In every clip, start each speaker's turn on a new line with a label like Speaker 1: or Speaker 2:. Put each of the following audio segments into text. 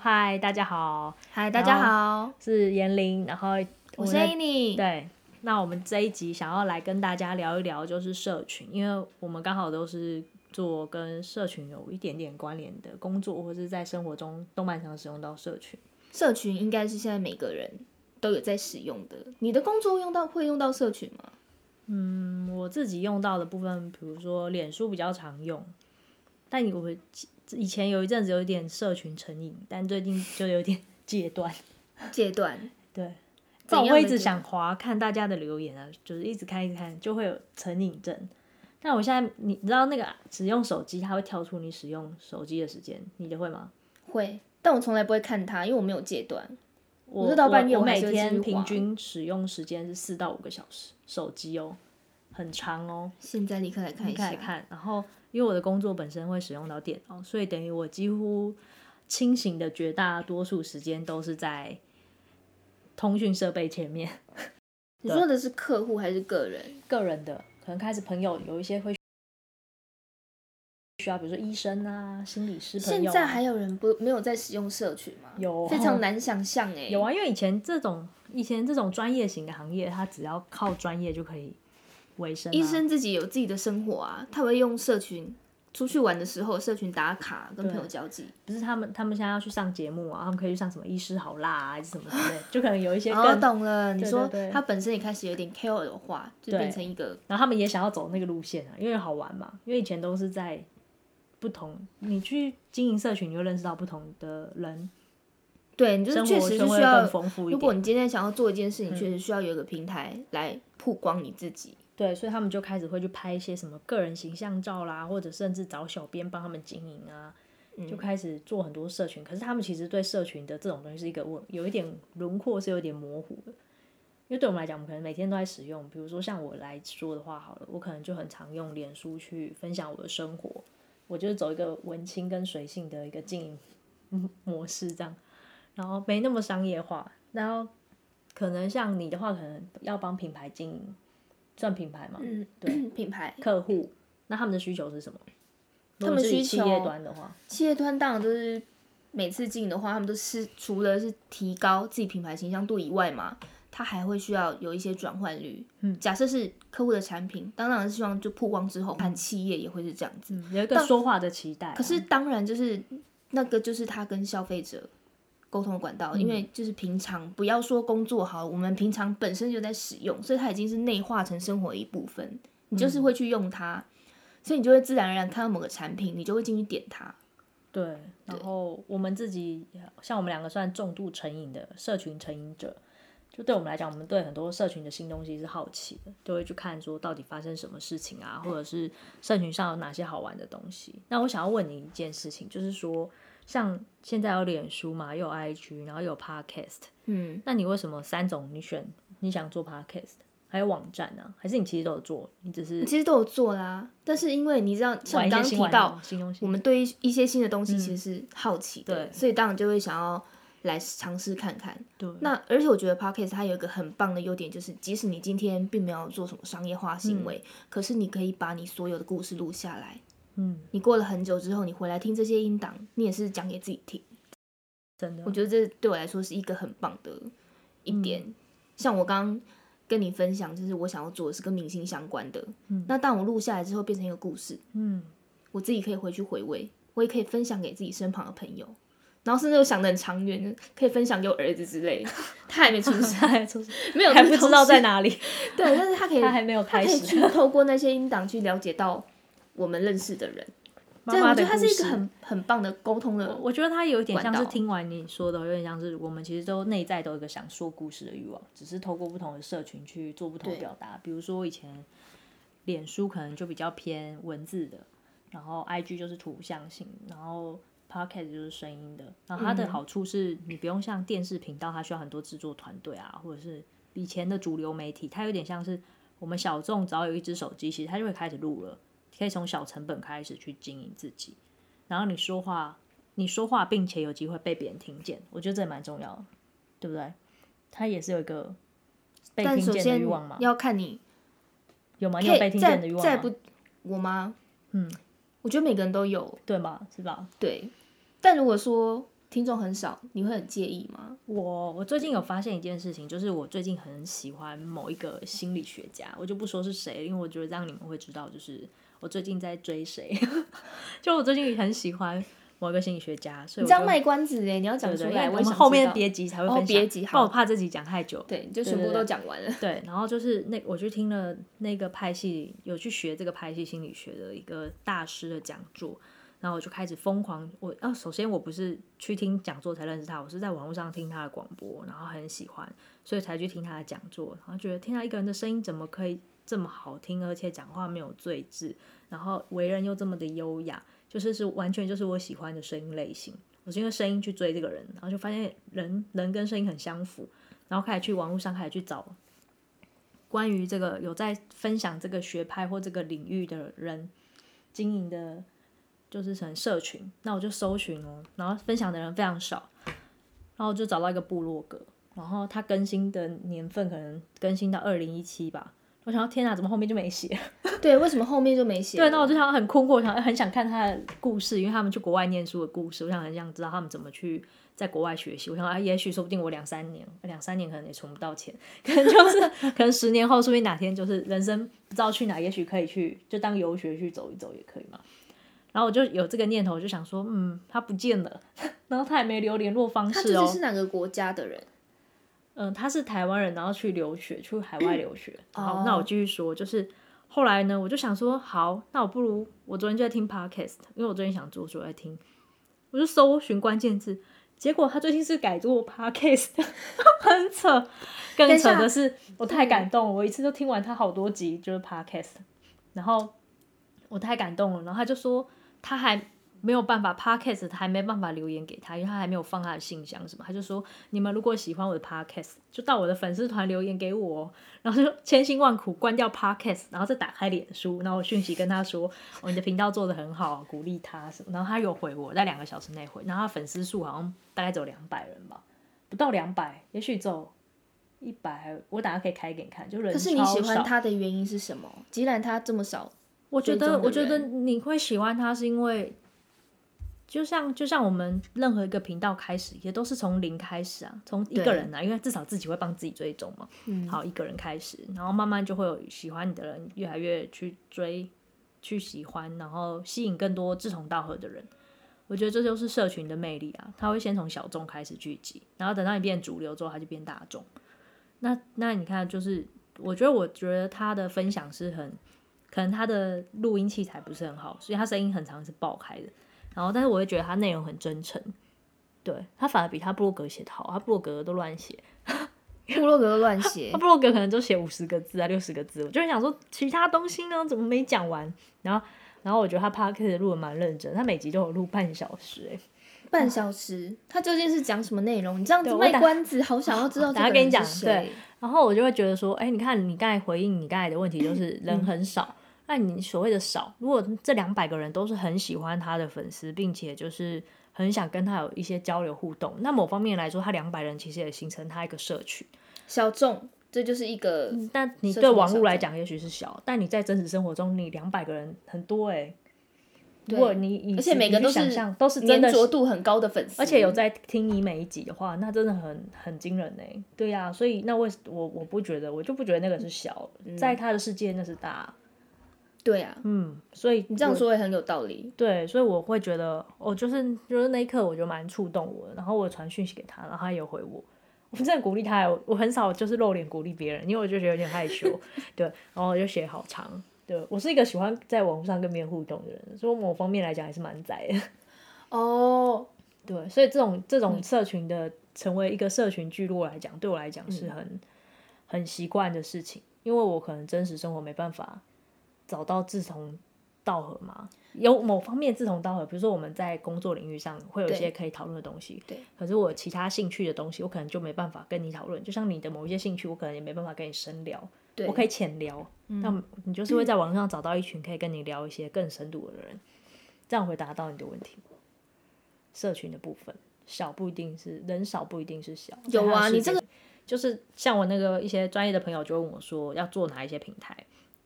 Speaker 1: 嗨，大家好，
Speaker 2: 嗨，大家好，
Speaker 1: 是严玲，然后
Speaker 2: 我
Speaker 1: 们
Speaker 2: 是
Speaker 1: 的
Speaker 2: Annie。
Speaker 1: 对，那我们这一集想要来跟大家聊一聊，就是社群，因为我们刚好都是做跟社群有一点点关联的工作，或是在生活中都蛮常使用到社群。
Speaker 2: 社群应该是现在每个人都有在使用的。你的工作用到会用到社群吗？
Speaker 1: 嗯，我自己用到的部分，比如说脸书比较常用，但我以前有一阵子有一点社群成瘾，但最近就有点戒断。
Speaker 2: 阶段
Speaker 1: 对，
Speaker 2: 怎
Speaker 1: 但
Speaker 2: 样
Speaker 1: 我会一
Speaker 2: 的
Speaker 1: 直
Speaker 2: 戒
Speaker 1: 想滑看大家的留言啊，就是一直看一直看，就会有成瘾症。但我现在你你知道那个使用手机，它会跳出你使用手机的时间，你就会吗？
Speaker 2: 会，但我从来不会看它，因为我没有戒断。
Speaker 1: 我
Speaker 2: 是到半夜
Speaker 1: 我
Speaker 2: 我还
Speaker 1: 每
Speaker 2: 是会
Speaker 1: 天
Speaker 2: 继续
Speaker 1: 平
Speaker 2: 滑
Speaker 1: 均使用时间是四到五个小时，手机哦，很长哦。
Speaker 2: 现在立刻来看一
Speaker 1: 你
Speaker 2: 下，
Speaker 1: 看一看，然后因为我的工作本身会使用到电脑，所以等于我几乎清醒的绝大多数时间都是在通讯设备前面。
Speaker 2: 你说的是客户还是个人？
Speaker 1: 个人的，可能开始朋友有一些会需要，比如说医生啊、心理师朋
Speaker 2: 现
Speaker 1: 友啊、
Speaker 2: 在还有人不没有在使用社群吗？
Speaker 1: 有啊
Speaker 2: 非常难想象哎。
Speaker 1: 有，啊，因为以前这种以前这种专业型的行业，他只要靠专业就可以维生、啊。
Speaker 2: 医生自己有自己的生活啊，他会用社群。出去玩的时候，社群打卡跟朋友交际，
Speaker 1: 不是他们，他们现在要去上节目啊，他们可以去上什么医师好辣啊，还是什么之类，就可能有一些更，
Speaker 2: 哦，懂了。你
Speaker 1: 对
Speaker 2: 说
Speaker 1: 对
Speaker 2: 他本身也开始有点 KOL 化，就
Speaker 1: 对
Speaker 2: 变成一个
Speaker 1: 然后他们也想要走那个路线啊，因为好玩嘛，因为以前都是在不同，你去经营社群，你会认识到不同的人，
Speaker 2: 对你就是
Speaker 1: 生
Speaker 2: 确
Speaker 1: 活
Speaker 2: 实
Speaker 1: 圈
Speaker 2: 是
Speaker 1: 会
Speaker 2: 需要
Speaker 1: 更，丰富一点。嗯
Speaker 2: 如果你今天想要做一件事，你确实需要有一个平台来曝光你自己。
Speaker 1: 对，所以他们就开始会去拍一些什么个人形象照啦，或者甚至找小编帮他们经营啊，就开始做很多社群。可是他们其实对社群的这种东西是一个我有一点轮廓是有点模糊的，因为对我们来讲，我们可能每天都在使用。比如说像我来说的话，好了，我可能就很常用脸书去分享我的生活，我就是走一个文青跟随性的一个经营 嗯模式这样，然后没那么商业化。然后可能像你的话，可能要帮品牌经营，算品牌嘛，
Speaker 2: 嗯， 品牌
Speaker 1: 客户，那他们的需求是什么？如
Speaker 2: 他
Speaker 1: 果
Speaker 2: 们
Speaker 1: 是以
Speaker 2: 需
Speaker 1: 企业
Speaker 2: 求
Speaker 1: 端的话，
Speaker 2: 企业端当然都是每次进的话，他们都是除了是提高自己品牌形象度以外嘛，他还会需要有一些转换率。嗯，假设是客户的产品，当然是希望就曝光之后，看企业也会是这样子。
Speaker 1: 嗯有一个说话的期待啊、
Speaker 2: 可是当然就是那个就是他跟消费者沟通的管道，因为就是平常不要说工作好，我们平常本身就在使用，所以它已经是内化成生活的一部分，你就是会去用它，所以你就会自然而然看到某个产品，你就会进去点它。
Speaker 1: 对，然后我们自己像我们两个算重度成瘾的社群成瘾者，就对我们来讲，我们对很多社群的新东西是好奇的，就会去看说到底发生什么事情啊，或者是社群上有哪些好玩的东西。那我想要问你一件事情，就是说，像现在有脸书嘛，又有 IG，然后又有 Podcast，
Speaker 2: 嗯，
Speaker 1: 那你为什么三种你选你想做 Podcast，还有网站呢、还是你其实都有做，你只是
Speaker 2: 其实都有做啦，但是因为你知道，像
Speaker 1: 玩
Speaker 2: 你
Speaker 1: 一些
Speaker 2: 刚刚
Speaker 1: 新
Speaker 2: 提
Speaker 1: 玩
Speaker 2: 到
Speaker 1: 意、新东西嗯
Speaker 2: 我？们对一一些新的东西其实是好奇的，
Speaker 1: 对
Speaker 2: 所以当然就会想要来尝试看看。
Speaker 1: 对
Speaker 2: 那而且我觉得 podcast 它有一个很棒的优点，就是即使你今天并没有做什么商业化行为，可是你可以把你所有的故事录下来。
Speaker 1: 嗯，
Speaker 2: 你过了很久之后，你回来听这些音档，你也是讲给自己听。
Speaker 1: 真的啊
Speaker 2: 我，觉得这对我来说是一个很棒的一
Speaker 1: 嗯
Speaker 2: 点。像我刚刚跟你分享，就是我想要做的是跟明星相关的。
Speaker 1: 嗯
Speaker 2: 那当我录下来之后，变成一个故事，
Speaker 1: 嗯，
Speaker 2: 我自己可以回去回味，我也可以分享给自己身旁的朋友，然后甚至我想的很长远，可以分享给我儿子之类的。他还没出生，
Speaker 1: 还 出
Speaker 2: 没有
Speaker 1: 还
Speaker 2: 这
Speaker 1: 不
Speaker 2: 个
Speaker 1: 知道
Speaker 2: 东
Speaker 1: 在
Speaker 2: 西
Speaker 1: 哪里，
Speaker 2: 对，但是他可以，
Speaker 1: 他还没有
Speaker 2: 他
Speaker 1: 开
Speaker 2: 可以去
Speaker 1: 始。
Speaker 2: 透过那些音档去了解到我们认识的人。
Speaker 1: 妈
Speaker 2: 对，
Speaker 1: 妈
Speaker 2: 我
Speaker 1: 的
Speaker 2: 觉得他
Speaker 1: 故
Speaker 2: 是一
Speaker 1: 事
Speaker 2: 个很很棒的沟通的。
Speaker 1: 我觉得他有点像是
Speaker 2: 管道
Speaker 1: 听完你说的，有点像是我们其实都内在都有一个想说故事的欲望，只是透过不同的社群去做不同的
Speaker 2: 对
Speaker 1: 表达。比如说以前脸书可能就比较偏文字的，然后 IG 就是图像性，然后 Podcast 就是声音的。然后它
Speaker 2: 嗯
Speaker 1: 的好处是你不用像电视频道，它需要很多制作团队啊，或者是以前的主流媒体，它有点像是我们小众，只要有一只手机，其实它就会开始录了。可以从小成本开始去经营自己，然后你说话你说话，并且有机会被别人听见，我觉得这也蛮重要的，对不对？他也是有一个被
Speaker 2: 但
Speaker 1: 听
Speaker 2: 首
Speaker 1: 见的
Speaker 2: 先
Speaker 1: 欲望嘛，
Speaker 2: 要看你
Speaker 1: 有吗？你
Speaker 2: 可
Speaker 1: 有被
Speaker 2: 以
Speaker 1: 听
Speaker 2: 再
Speaker 1: 见的欲望
Speaker 2: 再
Speaker 1: 吗？
Speaker 2: 不我吗？嗯，我觉得每个人都有
Speaker 1: 对吗？是吧？
Speaker 2: 对，但如果说听众很少，你会很介意吗？
Speaker 1: 我我最近有发现一件事情，就是我最近很喜欢某一个心理学家，我就不说是谁，因为我觉得这样你们会知道，就是我最近在追谁。 就我最近很喜欢某一个心理学家，所以
Speaker 2: 你
Speaker 1: 我
Speaker 2: 这样
Speaker 1: 就
Speaker 2: 卖关子哎，你要讲出
Speaker 1: 对因
Speaker 2: 来，
Speaker 1: 为我们
Speaker 2: 也想
Speaker 1: 后
Speaker 2: 知
Speaker 1: 面
Speaker 2: 道
Speaker 1: 别集才会分
Speaker 2: 哦
Speaker 1: 享，
Speaker 2: 别集
Speaker 1: 不然我
Speaker 2: 好
Speaker 1: 怕这集讲太久。
Speaker 2: 对，你
Speaker 1: 对
Speaker 2: 就全
Speaker 1: 对
Speaker 2: 部
Speaker 1: 对
Speaker 2: 都讲完了。
Speaker 1: 对，然后就是那我去听了那个派系，有去学这个派系心理学的一个大师的讲座，然后我就开始疯狂。我啊，首先我不是去听讲座才认识他，我是在网络上听他的广播，然后很喜欢，所以才去听他的讲座，然后觉得听啊到一个人的声音怎么可以这么好听，而且讲话没有罪字，然后为人又这么的优雅，就是是完全就是我喜欢的声音类型。我是因为声音去追这个人，然后就发现人人跟声音很相符，然后开始去网络上开始去找关于这个有在分享这个学派或这个领域的人经营的，就是成社群，那我就搜寻哦，然后分享的人非常少，然后我就找到一个部落格，然后他更新的年份可能更新到二零一七吧。我想到天哪，怎么后面就没写？
Speaker 2: 对，为什么后面就没写？
Speaker 1: 对，那我就想很困惑，我想很想看他的故事，因为他们去国外念书的故事，我想很想知道他们怎么去在国外学习。我想啊，也许说不定我两三年，两三年可能也存不到钱，可能就是可能十年后，说不定哪天就是人生不知道去哪，也许可以去就当游学去走一走也可以嘛。然后我就有这个念头，我就想说，嗯，他不见了， 然后他也没留联络方
Speaker 2: 他
Speaker 1: 式
Speaker 2: 自
Speaker 1: 哦
Speaker 2: 己。是哪个国家的人？
Speaker 1: 嗯，他是台湾人，然后去留学，去海外留学。好
Speaker 2: 哦，
Speaker 1: 那我继续说，就是后来呢，我就想说，好，那我不如我昨天就在听 podcast，因为我最近想做，所以我在听，我就搜寻关键字，结果他最近是改做 podcast，很扯。更扯的是，我太感动了，我一次就听完他好多集，就是 podcast，然后我太感动了，然后他就说他还没有办法 podcast 还没办法留言给他，因为他还没有放他的信箱什么，他就说你们如果喜欢我的 podcast，就到我的粉丝团留言给我哦，然后就千辛万苦关掉 podcast，然后再打开脸书，然后我讯息跟他说，哦你的频道做的很好，鼓励他什么，然后他有回我，在两个小时内回，然后他粉丝数好像大概只有两百人吧，不到两百，也许只有一百，我等下可以开给你看，就人
Speaker 2: 可是你
Speaker 1: 超
Speaker 2: 喜欢
Speaker 1: 少
Speaker 2: 他的原因是什么？既然他这么少，
Speaker 1: 我觉
Speaker 2: 追踪
Speaker 1: 得，
Speaker 2: 的
Speaker 1: 我觉得
Speaker 2: 人
Speaker 1: 你会喜欢他是因为，就像就像我们任何一个频道开始，也都是从零开始啊，从一个
Speaker 2: 对
Speaker 1: 人啊，因为至少自己会帮自己追踪嘛。嗯，好，一个人开始，然后慢慢就会有喜欢你的人越来越去追，去喜欢，然后吸引更多志同道合的人。我觉得这就是社群的魅力啊，他会先从小众开始聚集，然后等到你变主流之后，他就变大众。那那你看，就是我觉得，我觉得他的分享是很可能他的录音器材不是很好，所以他声音很常是爆开的。然后，但是我会觉得他内容很真诚，对他反而比他布洛格写的好，他布洛格都乱写，
Speaker 2: 部落格都乱 写
Speaker 1: 他，布洛格可能就写五十个字啊，六十个字，我就会想说其他东西呢怎么没讲完？然后，然后我觉得他 p o d c a s 录的蛮认真，他每集都有录半小时、欸，
Speaker 2: 半小时，他究竟是讲什么内容？你这样子
Speaker 1: 对我
Speaker 2: 卖
Speaker 1: 打
Speaker 2: 关子，好想要知道
Speaker 1: 等
Speaker 2: 这个
Speaker 1: 下
Speaker 2: 人
Speaker 1: 跟你
Speaker 2: 是
Speaker 1: 讲
Speaker 2: 谁。
Speaker 1: 然后我就会觉得说，哎，你看你刚才回应你刚才的问题，就是 人很少。那你所谓的少，如果这两百个人都是很喜欢他的粉丝，并且就是很想跟他有一些交流互动，那某方面来说，他两百人其实也形成他一个社群。
Speaker 2: 小众，这就是一个
Speaker 1: 但你
Speaker 2: 社
Speaker 1: 对
Speaker 2: 群的
Speaker 1: 网
Speaker 2: 小
Speaker 1: 络来
Speaker 2: 众
Speaker 1: 讲也许是小，但你在真实生活中，你两百个人很多哎、如果你以
Speaker 2: 而且每
Speaker 1: 你
Speaker 2: 个
Speaker 1: 去
Speaker 2: 都
Speaker 1: 想
Speaker 2: 是
Speaker 1: 象都是真
Speaker 2: 粘
Speaker 1: 的
Speaker 2: 着度很高的粉丝，
Speaker 1: 而且有在听你每一集的话，那真的很很惊人呢、欸对呀、所以那为我我不觉得，我就不觉得那个是小，
Speaker 2: 嗯
Speaker 1: 在他的世界那是大。
Speaker 2: 对啊，
Speaker 1: 嗯，所以你
Speaker 2: 这样说也很有道理。
Speaker 1: 对，所以我会觉得，哦，就是就是那一刻，我就蛮触动我的。然后我传讯息给他，然后他也回我。 我真的鼓励他，欸我我很少就是露脸鼓励别人，因为我就觉得有点害 羞。对，然后我就写好长。对我是一个喜欢在网络上跟别人互动的人，所以某方面来讲还是蛮宅的。
Speaker 2: 哦，
Speaker 1: 对，所以这种这种社群的成为一个社群聚落来讲，对我来讲是很、很习惯的事情，因为我可能真实生活没办法找到志同道合嘛，有某方面志同道合，比如说我们在工作领域上会有一些可以讨论的东西，
Speaker 2: 对，
Speaker 1: 可是我其他兴趣的东西，我可能就没办法跟你讨论，就像你的某一些兴趣，我可能也没办法跟你深聊，
Speaker 2: 对
Speaker 1: 我可以浅聊，
Speaker 2: 嗯
Speaker 1: 那、你就是会在网上找到一群可以跟你聊一些更深度的人，这样回答到你的问题吗。社群的部分，小不一定是人少，不一定是小。
Speaker 2: 有啊
Speaker 1: 在他的世界
Speaker 2: 你这个
Speaker 1: 就是像我那个一些专业的朋友就问我说，要做哪一些平台？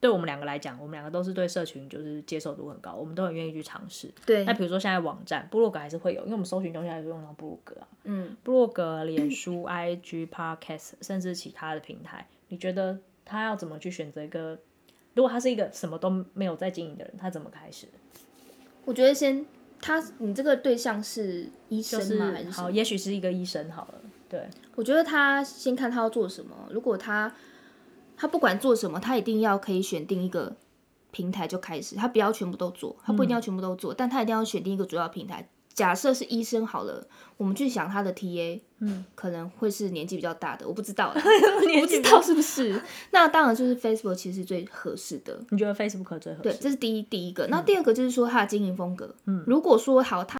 Speaker 1: 对我们两个来讲，我们两个都是对社群就是接受度很高，我们都很愿意去尝试。
Speaker 2: 对
Speaker 1: 那比如说现在网站、部落格还是会有，因为我们搜寻东西还是用到部落格啊，
Speaker 2: 嗯，
Speaker 1: 部落格、脸书、IG、Podcast，甚至其他的平台，你觉得他要怎么去选择一个？如果他是一个什么都没有在经营的人，他怎么开始？
Speaker 2: 我觉得先他，你这个对象是医生
Speaker 1: 就
Speaker 2: 吗？
Speaker 1: 是
Speaker 2: 还是什
Speaker 1: 好，
Speaker 2: 么？
Speaker 1: 也许是一个医生好了，对，
Speaker 2: 我觉得他先看他要做什么。如果他他不管做什么，他一定要可以选定一个平台就开始，他不要全部都做，他不一定要
Speaker 1: 嗯
Speaker 2: 全部都做，但他一定要选定一个主要平台。假设是医生好了，我们去想他的 TA，嗯， 可能会是年纪比较大的，我不知道啦， 我不知道是不是。那当然就是 Facebook 其实是最合适的，
Speaker 1: 你觉得 Facebook 最合
Speaker 2: 对，
Speaker 1: 适？
Speaker 2: 这是第一第一个。那第二个就是说他的经营风格。嗯，如果说好，他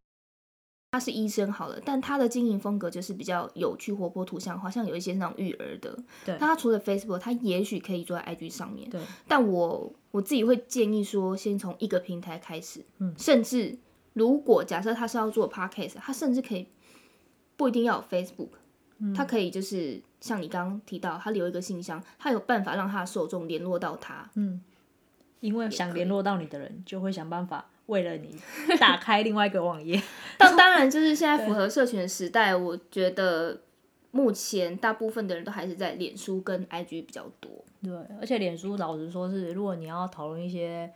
Speaker 2: 他是医生好了，但他的经营风格就是比较有趣、活泼、图像化，像有一些那种育儿的。
Speaker 1: 对
Speaker 2: 那他除了 Facebook，他也许可以做在 IG 上面。
Speaker 1: 对，
Speaker 2: 但我我自己会建议说，先从一个平台开始。
Speaker 1: 嗯，
Speaker 2: 甚至如果假设他是要做 Podcast，他甚至可以不一定要有 Facebook，、他可以就是像你刚刚提到，他留一个信箱，他有办法让他的受众联络到他。
Speaker 1: 因为想联络到你的人，就会想办法为了你打开另外一个网页。
Speaker 2: 但当然，就是现在符合社群的时代，我觉得目前大部分的人都还是在脸书跟 IG 比较多。
Speaker 1: 对，而且脸书老实说是，如果你要讨论一些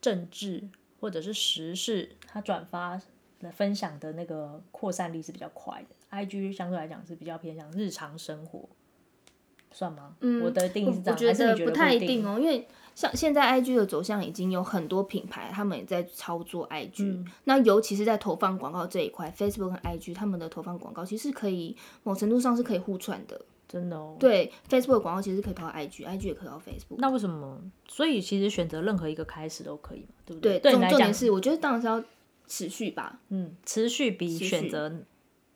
Speaker 1: 政治或者是时事，它转发的分享的那个扩散力是比较快的。IG 相对来讲是比较偏向日常生活，算吗？嗯我的定义是这
Speaker 2: 我
Speaker 1: 样，还
Speaker 2: 觉
Speaker 1: 是你
Speaker 2: 得
Speaker 1: 觉
Speaker 2: 不太
Speaker 1: 一
Speaker 2: 一定哦，因为像现在 IG 的走向已经有很多品牌，他们也在操作 IG、那
Speaker 1: 嗯
Speaker 2: 尤其是在投放广告这一块，Facebook 跟 IG 他们的投放广告其实可以某程度上是可以互串的。
Speaker 1: 真的哦。
Speaker 2: 对，Facebook 的广告其实可以投到 IG，IG 也可以投到 Facebook。
Speaker 1: 那为什么？所以其实选择任何一个开始都可以嘛，对不
Speaker 2: 对，
Speaker 1: 对你
Speaker 2: 重
Speaker 1: 来
Speaker 2: 重点
Speaker 1: 讲，
Speaker 2: 是，我觉得当然是要持续吧。
Speaker 1: 嗯，持续比
Speaker 2: 持续
Speaker 1: 选择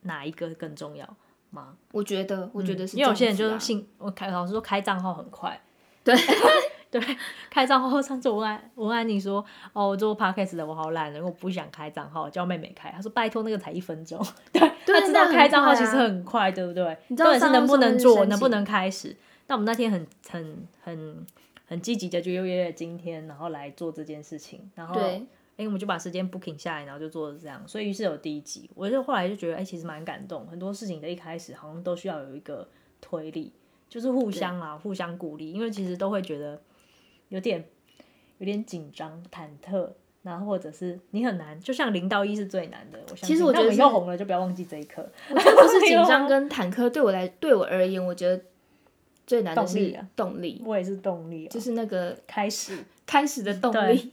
Speaker 1: 哪一个更重要吗？
Speaker 2: 我觉得，我觉得
Speaker 1: 嗯
Speaker 2: 是这
Speaker 1: 因为有
Speaker 2: 样子啊、
Speaker 1: 些人就是信，我开老师说开账号很快， 对对，开账号。上次我问安我问安妮说，哦，我做 podcast 的我好懒，然后我不想开账号，叫妹妹开。她说拜托，那个才一分钟。 对，
Speaker 2: 对
Speaker 1: 她知
Speaker 2: 那
Speaker 1: 道
Speaker 2: 很
Speaker 1: 开账号
Speaker 2: 快啊
Speaker 1: 其实很快，对不对？
Speaker 2: 知道
Speaker 1: 重点是能不能
Speaker 2: 账号上
Speaker 1: 做，
Speaker 2: 面是申请
Speaker 1: 能不能开始。但我们那天很很很很积极的就约约了今天，然后来做这件事情，然后
Speaker 2: 对。
Speaker 1: 哎、我们就把时间 booking 下来，然后就做了这样，所以于是有第一集。我就后来就觉得，哎、其实蛮感动，很多事情的一开始好像都需要有一个推力，就是互相啊，互相鼓励，因为其实都会觉得有点有点紧张、忐忑，然后或者是你很难，就像零到一是最难的。我相信
Speaker 2: 其实我觉得
Speaker 1: 那们
Speaker 2: 是
Speaker 1: 以后红了就不要忘记这一刻，
Speaker 2: 我觉得不是紧张跟忐忑，对我来对我而言，我觉得最难的
Speaker 1: 动力
Speaker 2: 是
Speaker 1: 啊
Speaker 2: 动力，
Speaker 1: 我也是动力、
Speaker 2: 就
Speaker 1: 就是
Speaker 2: 是那个
Speaker 1: 开始，
Speaker 2: 开始的动力。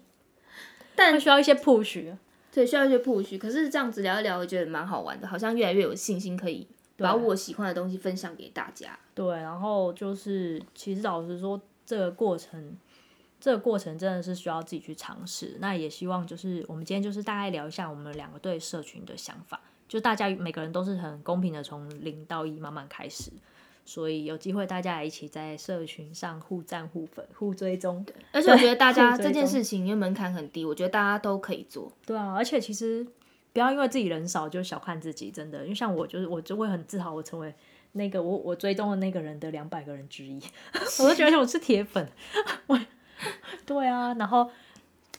Speaker 1: 但需要一些 push，
Speaker 2: 对，需要一些 push。可是这样子聊一聊，我觉得蛮好玩的，好像越来越有信心可以把我喜欢的东西分享给大家。
Speaker 1: 对，然后就是，其实老实说，这个过程，这个过程真的是需要自己去尝试。那也希望就是我们今天就是大概聊一下我们两个对社群的想法，就大家每个人都是很公平的从零到一慢慢开始，所以有机会大家一起在社群上互赞、互粉、互追踪。
Speaker 2: 而且我觉得大家
Speaker 1: 互追
Speaker 2: 这件
Speaker 1: 踪
Speaker 2: 事情因为门槛很低，我觉得大家都可以做。
Speaker 1: 对啊，而且其实不要因为自己人少就小看自己，真的，因为像我就是我就会很自豪，我成为那个我我追踪的那个人的两百个人之一，我就觉得我是铁 粉，我对啊，然后。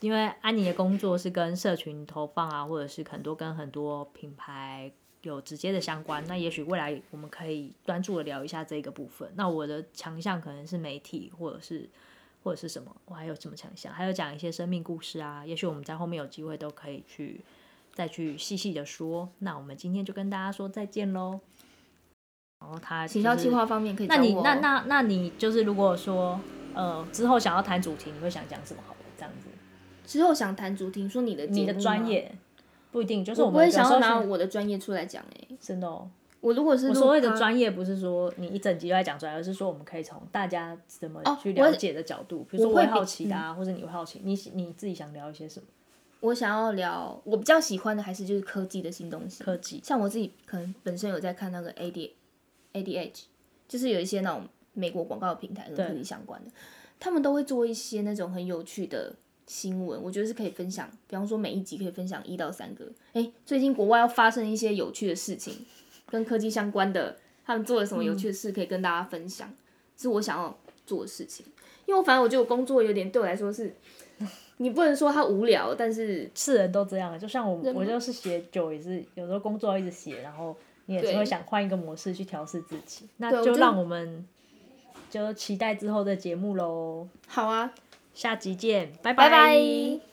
Speaker 1: 因为安妮的工作是跟社群投放啊，或者是很多跟很多品牌有直接的相关，那也许未来我们可以专注的聊一下这个部分。那我的强项可能是媒体，或者是或者是什么，我还有什么强项，还有讲一些生命故事啊，也许我们在后面有机会都可以去再去细细的说。那我们今天就跟大家说再见喽。然后他
Speaker 2: 行销
Speaker 1: 就是
Speaker 2: 计划方面可以找
Speaker 1: 那
Speaker 2: 我
Speaker 1: 你
Speaker 2: 哦。
Speaker 1: 那那那你就是如果说呃之后想要谈主题，你会想讲什么好了？这样子，
Speaker 2: 之后想谈主题，说你的
Speaker 1: 你
Speaker 2: 节
Speaker 1: 的
Speaker 2: 目
Speaker 1: 专
Speaker 2: 吗，
Speaker 1: 业不一定，就是
Speaker 2: 嗯啊我
Speaker 1: 我
Speaker 2: 不
Speaker 1: 们有
Speaker 2: 会
Speaker 1: 时
Speaker 2: 想
Speaker 1: 候
Speaker 2: 要拿
Speaker 1: 是
Speaker 2: 我的专业出来讲诶、
Speaker 1: 真的哦。
Speaker 2: 我如果是
Speaker 1: 我
Speaker 2: 录
Speaker 1: 所谓的
Speaker 2: pod-
Speaker 1: 专业不是说你一整集都在讲出来，而是说我们可以从大家怎么
Speaker 2: 哦
Speaker 1: 去
Speaker 2: 我
Speaker 1: 了解的角度，比如说
Speaker 2: 我
Speaker 1: 我
Speaker 2: 会
Speaker 1: 会好
Speaker 2: 比嗯
Speaker 1: 奇的啊，或者你会好奇，你喜你自己想聊一些什么？
Speaker 2: 我想要聊，我比较喜欢的还是就是科技的新东西。
Speaker 1: 科技
Speaker 2: 像我自己可能本身有在看那个 A D A D H，就是有一些那种美国广告平台跟科技相关的，他们都会做一些那种很有趣的新闻，我觉得是可以分享。比方说每一集可以分享一到三个，诶，最近国外要发生一些有趣的事情，跟科技相关的，他们做了什么有趣的事可以跟大家分享，是我想要做的事情。因为我反正我觉得我工作有点对我来说是，你不能说它无聊，但是
Speaker 1: 是人都这样，啊就像我，我就是写久也是，有时候工作要一直写，然后你也是会想换一个模式去调试自己。那
Speaker 2: 我
Speaker 1: 就
Speaker 2: 就
Speaker 1: 让我们就期待之后的节目喽，
Speaker 2: 好啊，
Speaker 1: 下集见，
Speaker 2: 拜
Speaker 1: 拜
Speaker 2: 拜。